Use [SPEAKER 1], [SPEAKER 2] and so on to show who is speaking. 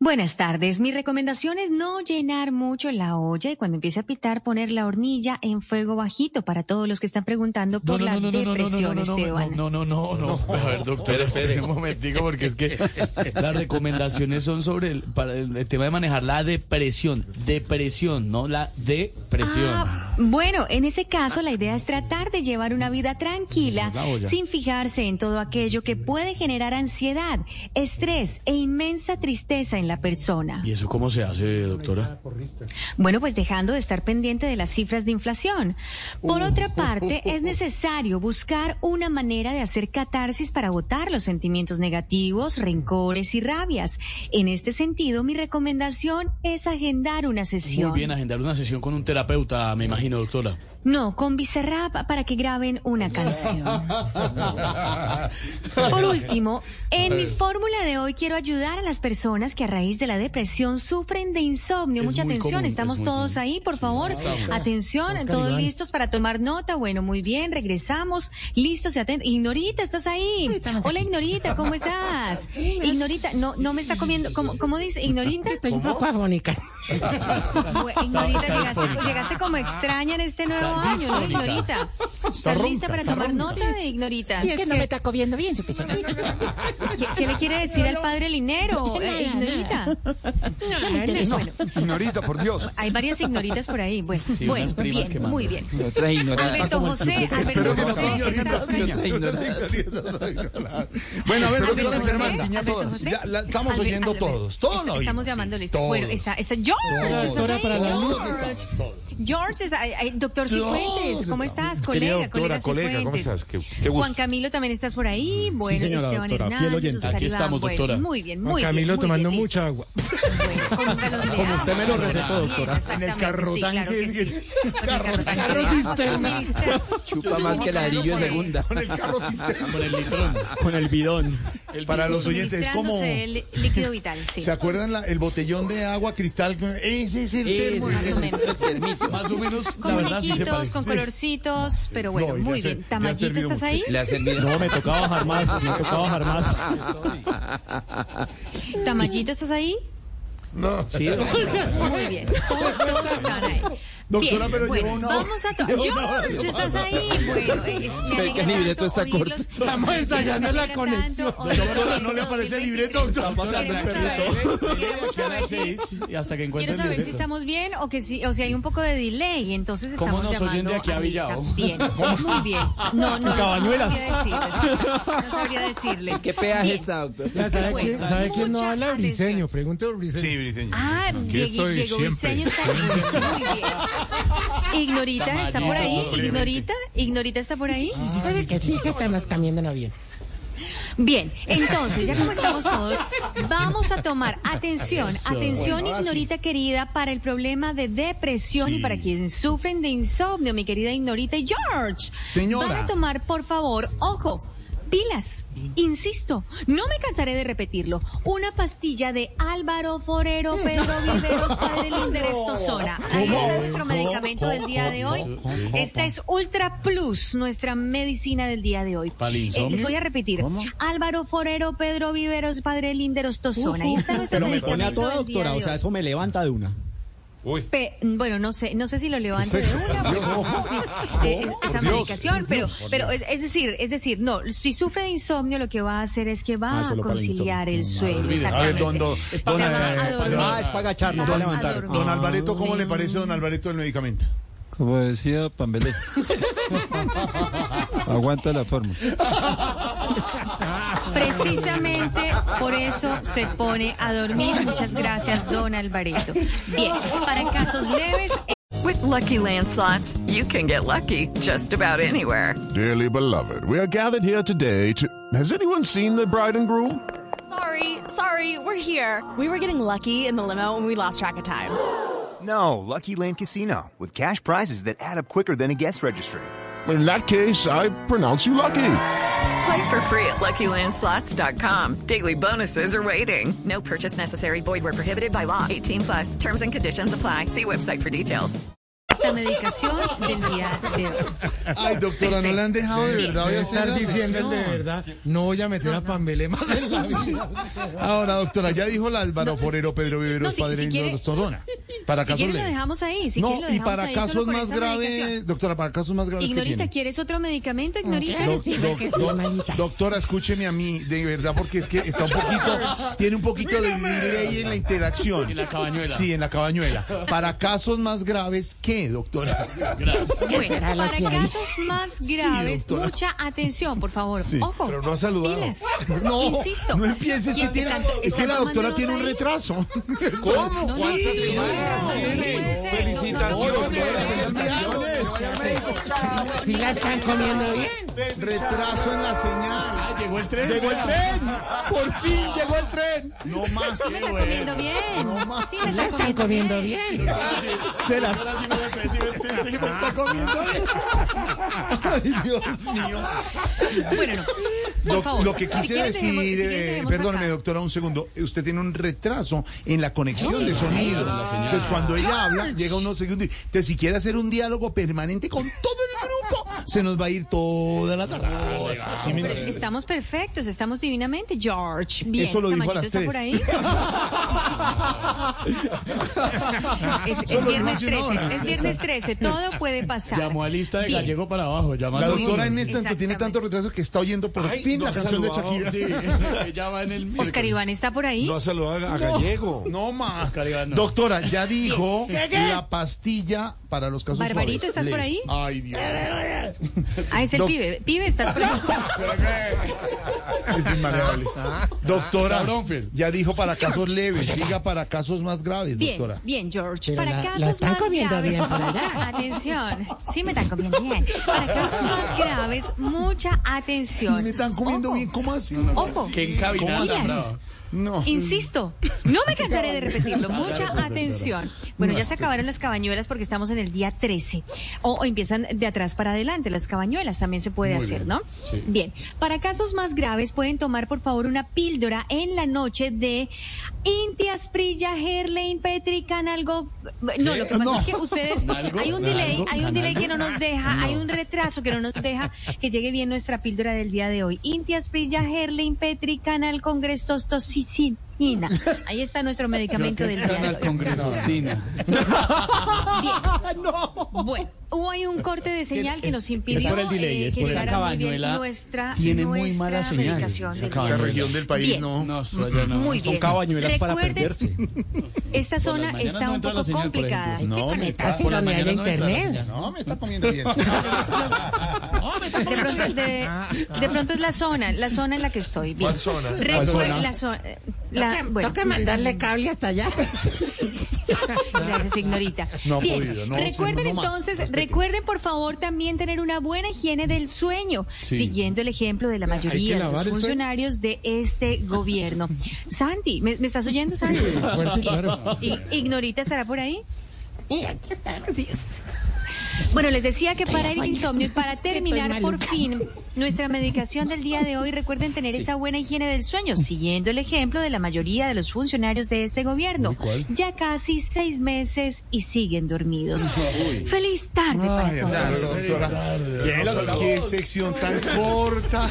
[SPEAKER 1] Buenas tardes. Mi recomendación es no llenar mucho la olla y cuando empiece a pitar poner la hornilla en fuego bajito para todos los que están preguntando por la depresión, Esteban.
[SPEAKER 2] No, no, no, no, no. A ver, doctor, espere un momentico, porque es que las recomendaciones son sobre el, para el, el tema de manejar la depresión. Depresión, no la depresión.
[SPEAKER 1] Ah, bueno, en ese caso la idea es tratar de llevar una vida tranquila
[SPEAKER 2] La olla.
[SPEAKER 1] sin fijarse en todo aquello que puede generar ansiedad, estrés e inmensa tristeza en la persona.
[SPEAKER 2] ¿Y eso cómo se hace, doctora?
[SPEAKER 1] Bueno, pues dejando de estar pendiente de las cifras de inflación. Por otra parte, es necesario buscar una manera de hacer catarsis para agotar los sentimientos negativos, rencores y rabias. En este sentido, mi recomendación es agendar una
[SPEAKER 2] Muy
[SPEAKER 1] sesión.
[SPEAKER 2] bien, agendar una sesión con un terapeuta, me imagino, doctora.
[SPEAKER 1] No, con Bizarrap para que graben una canción. Por último, en mi fórmula de hoy quiero ayudar a las personas que a raíz de la depresión sufren de insomnio.
[SPEAKER 2] Es
[SPEAKER 1] Mucha
[SPEAKER 2] muy
[SPEAKER 1] atención,
[SPEAKER 2] común,
[SPEAKER 1] estamos
[SPEAKER 2] es muy
[SPEAKER 1] todos
[SPEAKER 2] común.
[SPEAKER 1] ahí, por favor. Atención, todos listos para tomar nota. Bueno, muy bien, regresamos. Listos y atentos. Ignorita, estás ahí. Hola, Ignorita, ¿cómo estás? Ignorita, no, no me está comiendo. ¿Cómo, cómo dice? Ignorita.
[SPEAKER 3] Estoy un poco afónica.
[SPEAKER 1] Bueno, Ignorita, llegaste, llegaste
[SPEAKER 2] Ah.
[SPEAKER 1] como extraña en este nuevo año, ¿no, Ignorita? ¿Estás lista para tomar nota de Ignorita?
[SPEAKER 3] Es que no me está comiendo bien su pecho.
[SPEAKER 1] ¿Qué, qué le quiere decir al padre Linero, eh, Ignorita?
[SPEAKER 3] No me interesó.
[SPEAKER 4] Ignorita, por Dios.
[SPEAKER 1] Hay varias Ignoritas por ahí. Bueno,
[SPEAKER 2] sí,
[SPEAKER 1] bueno,
[SPEAKER 2] unas primas
[SPEAKER 1] bien,
[SPEAKER 2] que mandan.
[SPEAKER 1] muy bien. Alberto José, Alberto
[SPEAKER 4] Espero que no
[SPEAKER 1] José,
[SPEAKER 4] sean
[SPEAKER 1] ¿estás
[SPEAKER 4] Ignoritas,
[SPEAKER 1] por ahí?
[SPEAKER 5] Bueno, a ver,
[SPEAKER 1] Alberto
[SPEAKER 5] doctora
[SPEAKER 1] José,
[SPEAKER 5] Fernanda,
[SPEAKER 1] Alberto José.
[SPEAKER 5] ya la estamos
[SPEAKER 1] Albert-
[SPEAKER 5] oyendo
[SPEAKER 1] Albert-
[SPEAKER 5] todos, todos
[SPEAKER 1] est-
[SPEAKER 5] la
[SPEAKER 1] Estamos
[SPEAKER 5] oímos,
[SPEAKER 1] llamando
[SPEAKER 5] sí,
[SPEAKER 1] listo.
[SPEAKER 5] todos.
[SPEAKER 1] Bueno, está, está George, ¿estás
[SPEAKER 3] Doctora,
[SPEAKER 1] ahí?
[SPEAKER 3] para la luz
[SPEAKER 1] George. George, está ahí, ahí, doctor
[SPEAKER 5] Todos
[SPEAKER 1] Cifuentes, ¿cómo
[SPEAKER 5] estamos.
[SPEAKER 1] estás?
[SPEAKER 6] Querida
[SPEAKER 1] Colega,
[SPEAKER 6] doctora, colega, ¿cómo
[SPEAKER 1] Cifuentes.
[SPEAKER 6] estás? Qué, qué gusto.
[SPEAKER 1] Juan Camilo también estás por ahí. Bueno,
[SPEAKER 7] señora
[SPEAKER 1] Esteban
[SPEAKER 7] doctora, fiel
[SPEAKER 1] Hernández,
[SPEAKER 7] oyente.
[SPEAKER 1] Oscar
[SPEAKER 2] Aquí
[SPEAKER 1] Iván,
[SPEAKER 2] estamos,
[SPEAKER 1] bueno,
[SPEAKER 2] doctora.
[SPEAKER 1] muy bien, muy
[SPEAKER 3] Juan
[SPEAKER 1] bien.
[SPEAKER 3] Camilo
[SPEAKER 1] muy
[SPEAKER 3] tomando
[SPEAKER 1] bien,
[SPEAKER 3] mucha agua.
[SPEAKER 1] listo. Con un galón de
[SPEAKER 2] Como usted me lo
[SPEAKER 1] agua,
[SPEAKER 2] recetó,
[SPEAKER 1] bien,
[SPEAKER 2] doctora.
[SPEAKER 1] exactamente,
[SPEAKER 5] En el carro
[SPEAKER 1] sí, claro que sí.
[SPEAKER 5] tanque.
[SPEAKER 1] Con el carro tanque.
[SPEAKER 3] Carro cisterna.
[SPEAKER 1] Suministra-
[SPEAKER 8] Chupa más que ladrillo de segunda.
[SPEAKER 5] Con el carro cisterna.
[SPEAKER 2] Con el litrón.
[SPEAKER 7] Con el bidón.
[SPEAKER 5] Para los oyentes, es como.
[SPEAKER 1] suministrándose el líquido vital, sí.
[SPEAKER 5] ¿Se acuerdan la- el botellón de agua cristal? Ese es el termo.
[SPEAKER 1] Más o menos.
[SPEAKER 2] Más o menos, la
[SPEAKER 1] Con
[SPEAKER 2] verdad, sí se
[SPEAKER 1] muñequitos,
[SPEAKER 2] parece.
[SPEAKER 1] con colorcitos, pero bueno,
[SPEAKER 5] No, y ya
[SPEAKER 1] muy
[SPEAKER 5] se-
[SPEAKER 1] bien.
[SPEAKER 5] ya ha
[SPEAKER 1] Tamayito,
[SPEAKER 5] servido
[SPEAKER 1] ¿estás
[SPEAKER 5] mucho.
[SPEAKER 1] ahí?
[SPEAKER 8] Le ha servido.
[SPEAKER 7] No, me tocaba bajar más, me tocaba bajar más.
[SPEAKER 1] Tamayito, ¿estás ahí?
[SPEAKER 5] No.
[SPEAKER 1] Muy bien. Todos están ahí.
[SPEAKER 5] Doctora,
[SPEAKER 1] Bien,
[SPEAKER 5] pero
[SPEAKER 1] bueno,
[SPEAKER 5] lleva una hora.
[SPEAKER 1] vamos a to-
[SPEAKER 5] Lleva una hora.
[SPEAKER 1] George, estás ahí. Bueno, eh,
[SPEAKER 8] Ve
[SPEAKER 1] es, me
[SPEAKER 8] que el
[SPEAKER 1] alegra
[SPEAKER 8] libreto
[SPEAKER 1] tanto
[SPEAKER 8] está corto.
[SPEAKER 1] oírlos.
[SPEAKER 3] Estamos ensayando la
[SPEAKER 1] Me alegra
[SPEAKER 3] conexión.
[SPEAKER 1] tanto oírlos
[SPEAKER 5] Doctora, ¿no le
[SPEAKER 1] en
[SPEAKER 5] aparece el
[SPEAKER 1] 2023.
[SPEAKER 5] libreto? Doctora,
[SPEAKER 1] Queremos saber- queremos saber si-
[SPEAKER 2] Y hasta que
[SPEAKER 1] Quiero
[SPEAKER 2] encuentre el
[SPEAKER 1] saber si
[SPEAKER 2] libreto.
[SPEAKER 1] estamos bien o que si, o si hay un poco de delay, entonces
[SPEAKER 2] ¿Cómo
[SPEAKER 1] estamos
[SPEAKER 2] nos oyen
[SPEAKER 1] llamando
[SPEAKER 2] de aquí a Villavo?
[SPEAKER 1] Vista. Bien, muy bien. No, no, no,
[SPEAKER 7] Cabañuelas.
[SPEAKER 1] sabría decirles. No sabría decirles.
[SPEAKER 8] ¿Qué peaje
[SPEAKER 1] Bien.
[SPEAKER 8] está, doctor?
[SPEAKER 3] ¿Sabe
[SPEAKER 1] Bueno,
[SPEAKER 3] quién, sabe quién no
[SPEAKER 1] mucha
[SPEAKER 3] habla?
[SPEAKER 1] atención.
[SPEAKER 3] Briseño. Pregúntale a Briseño.
[SPEAKER 6] Sí, Briseño.
[SPEAKER 1] Ah, Diego, Diego Briseño está muy bien. Ignorita está por ahí, Ignorita, Ignorita está por ahí.
[SPEAKER 3] Ay, que sí, que están las comiéndonos bien.
[SPEAKER 1] Bien, entonces, ya como estamos todos, vamos a tomar atención, atención Ignorita querida para el problema de depresión y para quienes sufren de insomnio, mi querida Ignorita y George.
[SPEAKER 5] Señora.
[SPEAKER 1] Van a tomar, por favor, ojo, pilas. Insisto, no me cansaré de repetirlo. Una pastilla de Álvaro Forero, Pedro Viveros, Padre Linder, Estosona. Ahí está nuestro medicamento del día de hoy. Esta es Ultra Plus, nuestra medicina del día de hoy.
[SPEAKER 2] ¿Para el
[SPEAKER 1] Eh,
[SPEAKER 2] insomnio?
[SPEAKER 1] les voy a repetir. Álvaro Forero, Pedro Viveros, Padre Linderos, Tozona. Ahí está nuestro
[SPEAKER 7] Pero me pone
[SPEAKER 1] medicamento
[SPEAKER 7] a toda
[SPEAKER 1] del día
[SPEAKER 7] doctora,
[SPEAKER 1] de
[SPEAKER 7] o sea,
[SPEAKER 1] hoy.
[SPEAKER 7] eso me levanta de una.
[SPEAKER 6] Uy,
[SPEAKER 1] Pe- bueno, no sé, no sé si lo levanto de una, porque no sé si- eh, esa medicación, pero, pero es, es decir, es decir, no, si sufre de insomnio, lo que va a hacer es que va
[SPEAKER 7] Ah,
[SPEAKER 1] a
[SPEAKER 7] solo para el
[SPEAKER 1] conciliar el
[SPEAKER 7] insomnio.
[SPEAKER 1] sueño.
[SPEAKER 5] A ver, don,
[SPEAKER 1] exactamente.
[SPEAKER 5] don,
[SPEAKER 1] Se
[SPEAKER 5] don,
[SPEAKER 1] va
[SPEAKER 5] eh,
[SPEAKER 1] a dormir.
[SPEAKER 7] Ah, es para agachar, no
[SPEAKER 1] Va
[SPEAKER 7] para
[SPEAKER 1] a
[SPEAKER 7] levantar.
[SPEAKER 1] dormir.
[SPEAKER 5] don Alvareto, ¿cómo le parece, don Alvareto, el medicamento?
[SPEAKER 9] Como decía Pambelé. Aguanta la forma.
[SPEAKER 1] Precisamente por eso se pone a dormir. Muchas gracias, don Alvareto. Bien, para casos leves,
[SPEAKER 4] With Lucky Land slots, you can get lucky just about anywhere.
[SPEAKER 10] Dearly beloved, we are gathered here today to. Has anyone seen the bride and groom?
[SPEAKER 1] eh,
[SPEAKER 11] Sorry, sorry, we're here. We were getting lucky in the limo and we lost track of time.
[SPEAKER 12] No, Lucky Land Casino, with cash prizes that add up quicker than a guest registry.
[SPEAKER 10] In that case, I pronounce you lucky.
[SPEAKER 4] Play for free at LuckyLandSlots.com. Daily bonuses are waiting. No purchase necessary. Void were prohibited by law. 18 plus. Terms and conditions apply. See website for details.
[SPEAKER 1] Esta medicación del día de hoy.
[SPEAKER 5] Ay, doctora, no le han dejado de verdad. Voy a
[SPEAKER 3] Debe
[SPEAKER 5] hacer
[SPEAKER 3] estar
[SPEAKER 5] la
[SPEAKER 3] diciendo el
[SPEAKER 5] sección.
[SPEAKER 3] de verdad. No voy a meter a Pambelé más en la vida.
[SPEAKER 5] Ahora, doctora, ya dijo la Álvaro Forero, Pedro Viveros,
[SPEAKER 1] no, si-
[SPEAKER 5] Padre
[SPEAKER 1] si
[SPEAKER 5] Lindo,
[SPEAKER 1] quiere-
[SPEAKER 5] Rostodona. Para
[SPEAKER 1] Si
[SPEAKER 5] casos
[SPEAKER 1] quiere lo
[SPEAKER 5] leves.
[SPEAKER 1] dejamos ahí, si
[SPEAKER 5] no,
[SPEAKER 1] quiere lo
[SPEAKER 5] y
[SPEAKER 1] dejamos
[SPEAKER 5] para
[SPEAKER 1] ahí,
[SPEAKER 5] casos
[SPEAKER 1] solo con
[SPEAKER 5] más
[SPEAKER 1] esta
[SPEAKER 5] graves,
[SPEAKER 1] medicación.
[SPEAKER 5] doctora, para casos más graves que
[SPEAKER 1] Ignorita,
[SPEAKER 5] tiene.
[SPEAKER 1] ¿quieres otro medicamento, Ignorita?
[SPEAKER 5] Doc- doc- doc- doctora, escúcheme a mí, de verdad, porque es que está un poquito, tiene un poquito de delay en la interacción.
[SPEAKER 2] En la cabañuela.
[SPEAKER 5] Sí, en la cabañuela. Para casos más graves, ¿qué, doctora?
[SPEAKER 1] Bueno,
[SPEAKER 3] será lo
[SPEAKER 1] para
[SPEAKER 3] que hay?
[SPEAKER 1] casos más graves,
[SPEAKER 5] doctora.
[SPEAKER 1] mucha atención, por favor.
[SPEAKER 5] Sí,
[SPEAKER 1] Ojo.
[SPEAKER 5] pero no ha saludado.
[SPEAKER 1] pilas.
[SPEAKER 5] No,
[SPEAKER 1] Insisto.
[SPEAKER 5] no empieces que
[SPEAKER 1] ¿Quién
[SPEAKER 5] tiene,
[SPEAKER 1] está-
[SPEAKER 5] es que
[SPEAKER 1] está
[SPEAKER 5] la doctora
[SPEAKER 1] tomando
[SPEAKER 5] tiene un
[SPEAKER 1] nota ahí?
[SPEAKER 5] retraso.
[SPEAKER 1] No, no,
[SPEAKER 5] ¿Cómo?
[SPEAKER 1] sí, no, no puede ser.
[SPEAKER 3] Si la están comiendo bien.
[SPEAKER 5] Retraso en la señal.
[SPEAKER 2] Llegó el tren.
[SPEAKER 5] Llegó el tren. Por fin llegó el tren. No más.
[SPEAKER 1] Sí me está comiendo bien. Sí me está
[SPEAKER 3] La están
[SPEAKER 1] comiendo bien.
[SPEAKER 3] comiendo bien.
[SPEAKER 5] Se las... Se me está comiendo. Ay, Dios mío.
[SPEAKER 1] Bueno, no. Por
[SPEAKER 5] Lo,
[SPEAKER 1] favor.
[SPEAKER 5] lo que
[SPEAKER 1] Si
[SPEAKER 5] quise
[SPEAKER 1] quieres,
[SPEAKER 5] decir,
[SPEAKER 1] dejemos- si
[SPEAKER 5] eh,
[SPEAKER 1] quieres, dejemos
[SPEAKER 5] perdóneme
[SPEAKER 1] acá.
[SPEAKER 5] doctora, un segundo, usted tiene un retraso en la conexión de sonido. Entonces cuando ella habla, llega unos segundos. y- Entonces si quiere hacer un diálogo permanente con todo el grupo, se nos va a ir toda la tarde. Sí, me-
[SPEAKER 1] Estamos perfectos, estamos divinamente, George. Bien,
[SPEAKER 5] Eso lo dijo a
[SPEAKER 1] Camachito
[SPEAKER 5] las
[SPEAKER 1] está por ahí.
[SPEAKER 5] tres.
[SPEAKER 1] Es, es
[SPEAKER 5] Eso lo
[SPEAKER 1] viernes
[SPEAKER 5] dijo hace
[SPEAKER 1] 13,
[SPEAKER 5] una hora.
[SPEAKER 1] es viernes 13, todo puede pasar.
[SPEAKER 2] Llamó a lista de
[SPEAKER 1] Bien.
[SPEAKER 2] gallego para abajo. Llama
[SPEAKER 5] La
[SPEAKER 2] a-
[SPEAKER 5] doctora en este
[SPEAKER 1] Exactamente.
[SPEAKER 5] tiene tanto retraso que está oyendo por fin la canción de Shakira.
[SPEAKER 2] Sí, ella va en el.
[SPEAKER 1] Oscar Iván está por ahí.
[SPEAKER 6] No ha saludado a Gallego.
[SPEAKER 5] No más.
[SPEAKER 2] Oscar Iván, no.
[SPEAKER 5] Doctora, ya dijo
[SPEAKER 1] ¿Qué, qué?
[SPEAKER 5] la pastilla para los casos
[SPEAKER 1] Barbarito,
[SPEAKER 5] suaves.
[SPEAKER 1] ¿estás por
[SPEAKER 5] Le-
[SPEAKER 1] ahí?
[SPEAKER 5] Ay, Dios.
[SPEAKER 1] Ah, es el
[SPEAKER 5] Doc-
[SPEAKER 1] pibe. Pibe, estás por ahí.
[SPEAKER 5] Es inmanejable. Doctora,
[SPEAKER 2] Sauronfield.
[SPEAKER 5] ya dijo para casos leves, diga para casos más graves,
[SPEAKER 1] Bien,
[SPEAKER 5] doctora.
[SPEAKER 1] bien, George.
[SPEAKER 3] Pero
[SPEAKER 1] para
[SPEAKER 3] la- la
[SPEAKER 1] casos
[SPEAKER 3] están
[SPEAKER 1] más
[SPEAKER 3] comiendo
[SPEAKER 1] graves,
[SPEAKER 3] bien por allá.
[SPEAKER 1] atención. Sí me están comiendo bien. Para casos más graves, mucha atención.
[SPEAKER 5] Me están comiendo
[SPEAKER 1] Ojo,
[SPEAKER 5] bien, ¿cómo así?
[SPEAKER 1] Ojo.
[SPEAKER 2] Qué encabinada
[SPEAKER 1] ¿Cómo
[SPEAKER 2] tan
[SPEAKER 1] es?
[SPEAKER 2] brava.
[SPEAKER 5] No.
[SPEAKER 1] Insisto, no me cansaré de repetirlo. Mucha atención. Bueno, ya se acabaron las cabañuelas porque estamos en el día 13. O, o empiezan de atrás para adelante. Las cabañuelas también se puede hacer, ¿no? Bien. Para casos más graves, pueden tomar, por favor, una píldora en la noche de Intiasprilla, Herlein, Petrican, algo. No, lo que pasa
[SPEAKER 5] No.
[SPEAKER 1] es que ustedes.
[SPEAKER 2] ¿Nalgo?
[SPEAKER 1] Hay un delay,
[SPEAKER 2] ¿Nalgo?
[SPEAKER 1] hay un delay que no nos deja, hay un retraso que no nos deja que llegue bien nuestra píldora del día de hoy. Intiasprilla, Herlein, Petrican, al Congreso, Tostocicina. Ahí está nuestro medicamento del día de hoy. Bueno, hubo ahí un corte de señal que nos impidió eh,
[SPEAKER 7] por el delay,
[SPEAKER 2] es
[SPEAKER 1] que
[SPEAKER 2] por el-
[SPEAKER 1] usara
[SPEAKER 2] esa
[SPEAKER 1] muy bien
[SPEAKER 2] cabañuela
[SPEAKER 1] nuestra,
[SPEAKER 2] tiene muy
[SPEAKER 1] nuestra
[SPEAKER 2] mala señal.
[SPEAKER 1] medicación
[SPEAKER 2] Esa
[SPEAKER 1] del día de
[SPEAKER 5] Esta
[SPEAKER 1] hoy.
[SPEAKER 5] región del país
[SPEAKER 1] Bien.
[SPEAKER 5] no.
[SPEAKER 2] No, eso allá no.
[SPEAKER 1] Muy
[SPEAKER 7] Son
[SPEAKER 1] bien.
[SPEAKER 7] cabañuelas para
[SPEAKER 1] Recuerden,
[SPEAKER 7] perderse.
[SPEAKER 1] Esta
[SPEAKER 2] Por las
[SPEAKER 1] zona
[SPEAKER 2] mañanas
[SPEAKER 1] está
[SPEAKER 2] no
[SPEAKER 1] un
[SPEAKER 2] entra la
[SPEAKER 1] poco
[SPEAKER 2] señal, por
[SPEAKER 1] complicada.
[SPEAKER 2] ejemplo.
[SPEAKER 5] No, me
[SPEAKER 3] Conectar
[SPEAKER 5] está,
[SPEAKER 3] si
[SPEAKER 2] Por la
[SPEAKER 3] donde
[SPEAKER 2] mañana
[SPEAKER 3] haya
[SPEAKER 2] no entra la
[SPEAKER 3] internet.
[SPEAKER 2] señal.
[SPEAKER 5] no, me está comiendo bien.
[SPEAKER 1] De pronto, de, de pronto es la zona, la zona en la que estoy. Bien.
[SPEAKER 6] ¿Cuál zona?
[SPEAKER 1] Recuer-
[SPEAKER 7] ¿Cuál zona?
[SPEAKER 1] La zona. la-
[SPEAKER 3] Toca-
[SPEAKER 1] bueno.
[SPEAKER 3] Toca mandarle cable hasta allá.
[SPEAKER 1] Gracias, ignorita.
[SPEAKER 5] No ha
[SPEAKER 1] Bien,
[SPEAKER 5] podido, no,
[SPEAKER 1] recuerden
[SPEAKER 5] no más,
[SPEAKER 1] entonces,
[SPEAKER 5] respeto.
[SPEAKER 1] recuerden por favor también tener una buena higiene del sueño, siguiendo el ejemplo de la
[SPEAKER 5] que
[SPEAKER 1] mayoría de
[SPEAKER 5] lavar
[SPEAKER 1] los
[SPEAKER 5] el sueño.
[SPEAKER 1] funcionarios de este gobierno. Santi, ¿me, me estás oyendo, Santi?
[SPEAKER 3] fuerte y claro.
[SPEAKER 1] I- ignorita estará por ahí.
[SPEAKER 3] Y aquí está, así es.
[SPEAKER 1] Bueno, les decía que
[SPEAKER 3] Estoy
[SPEAKER 1] para el
[SPEAKER 3] afuera.
[SPEAKER 1] insomnio y para
[SPEAKER 3] Estoy
[SPEAKER 1] terminar por
[SPEAKER 3] maluca.
[SPEAKER 1] fin nuestra medicación del día de hoy, recuerden tener esa buena higiene del sueño, siguiendo el ejemplo de la mayoría de los funcionarios de este gobierno. Ya casi seis meses y siguen dormidos. Feliz tarde para todos.
[SPEAKER 5] doctora. Qué sección tan corta.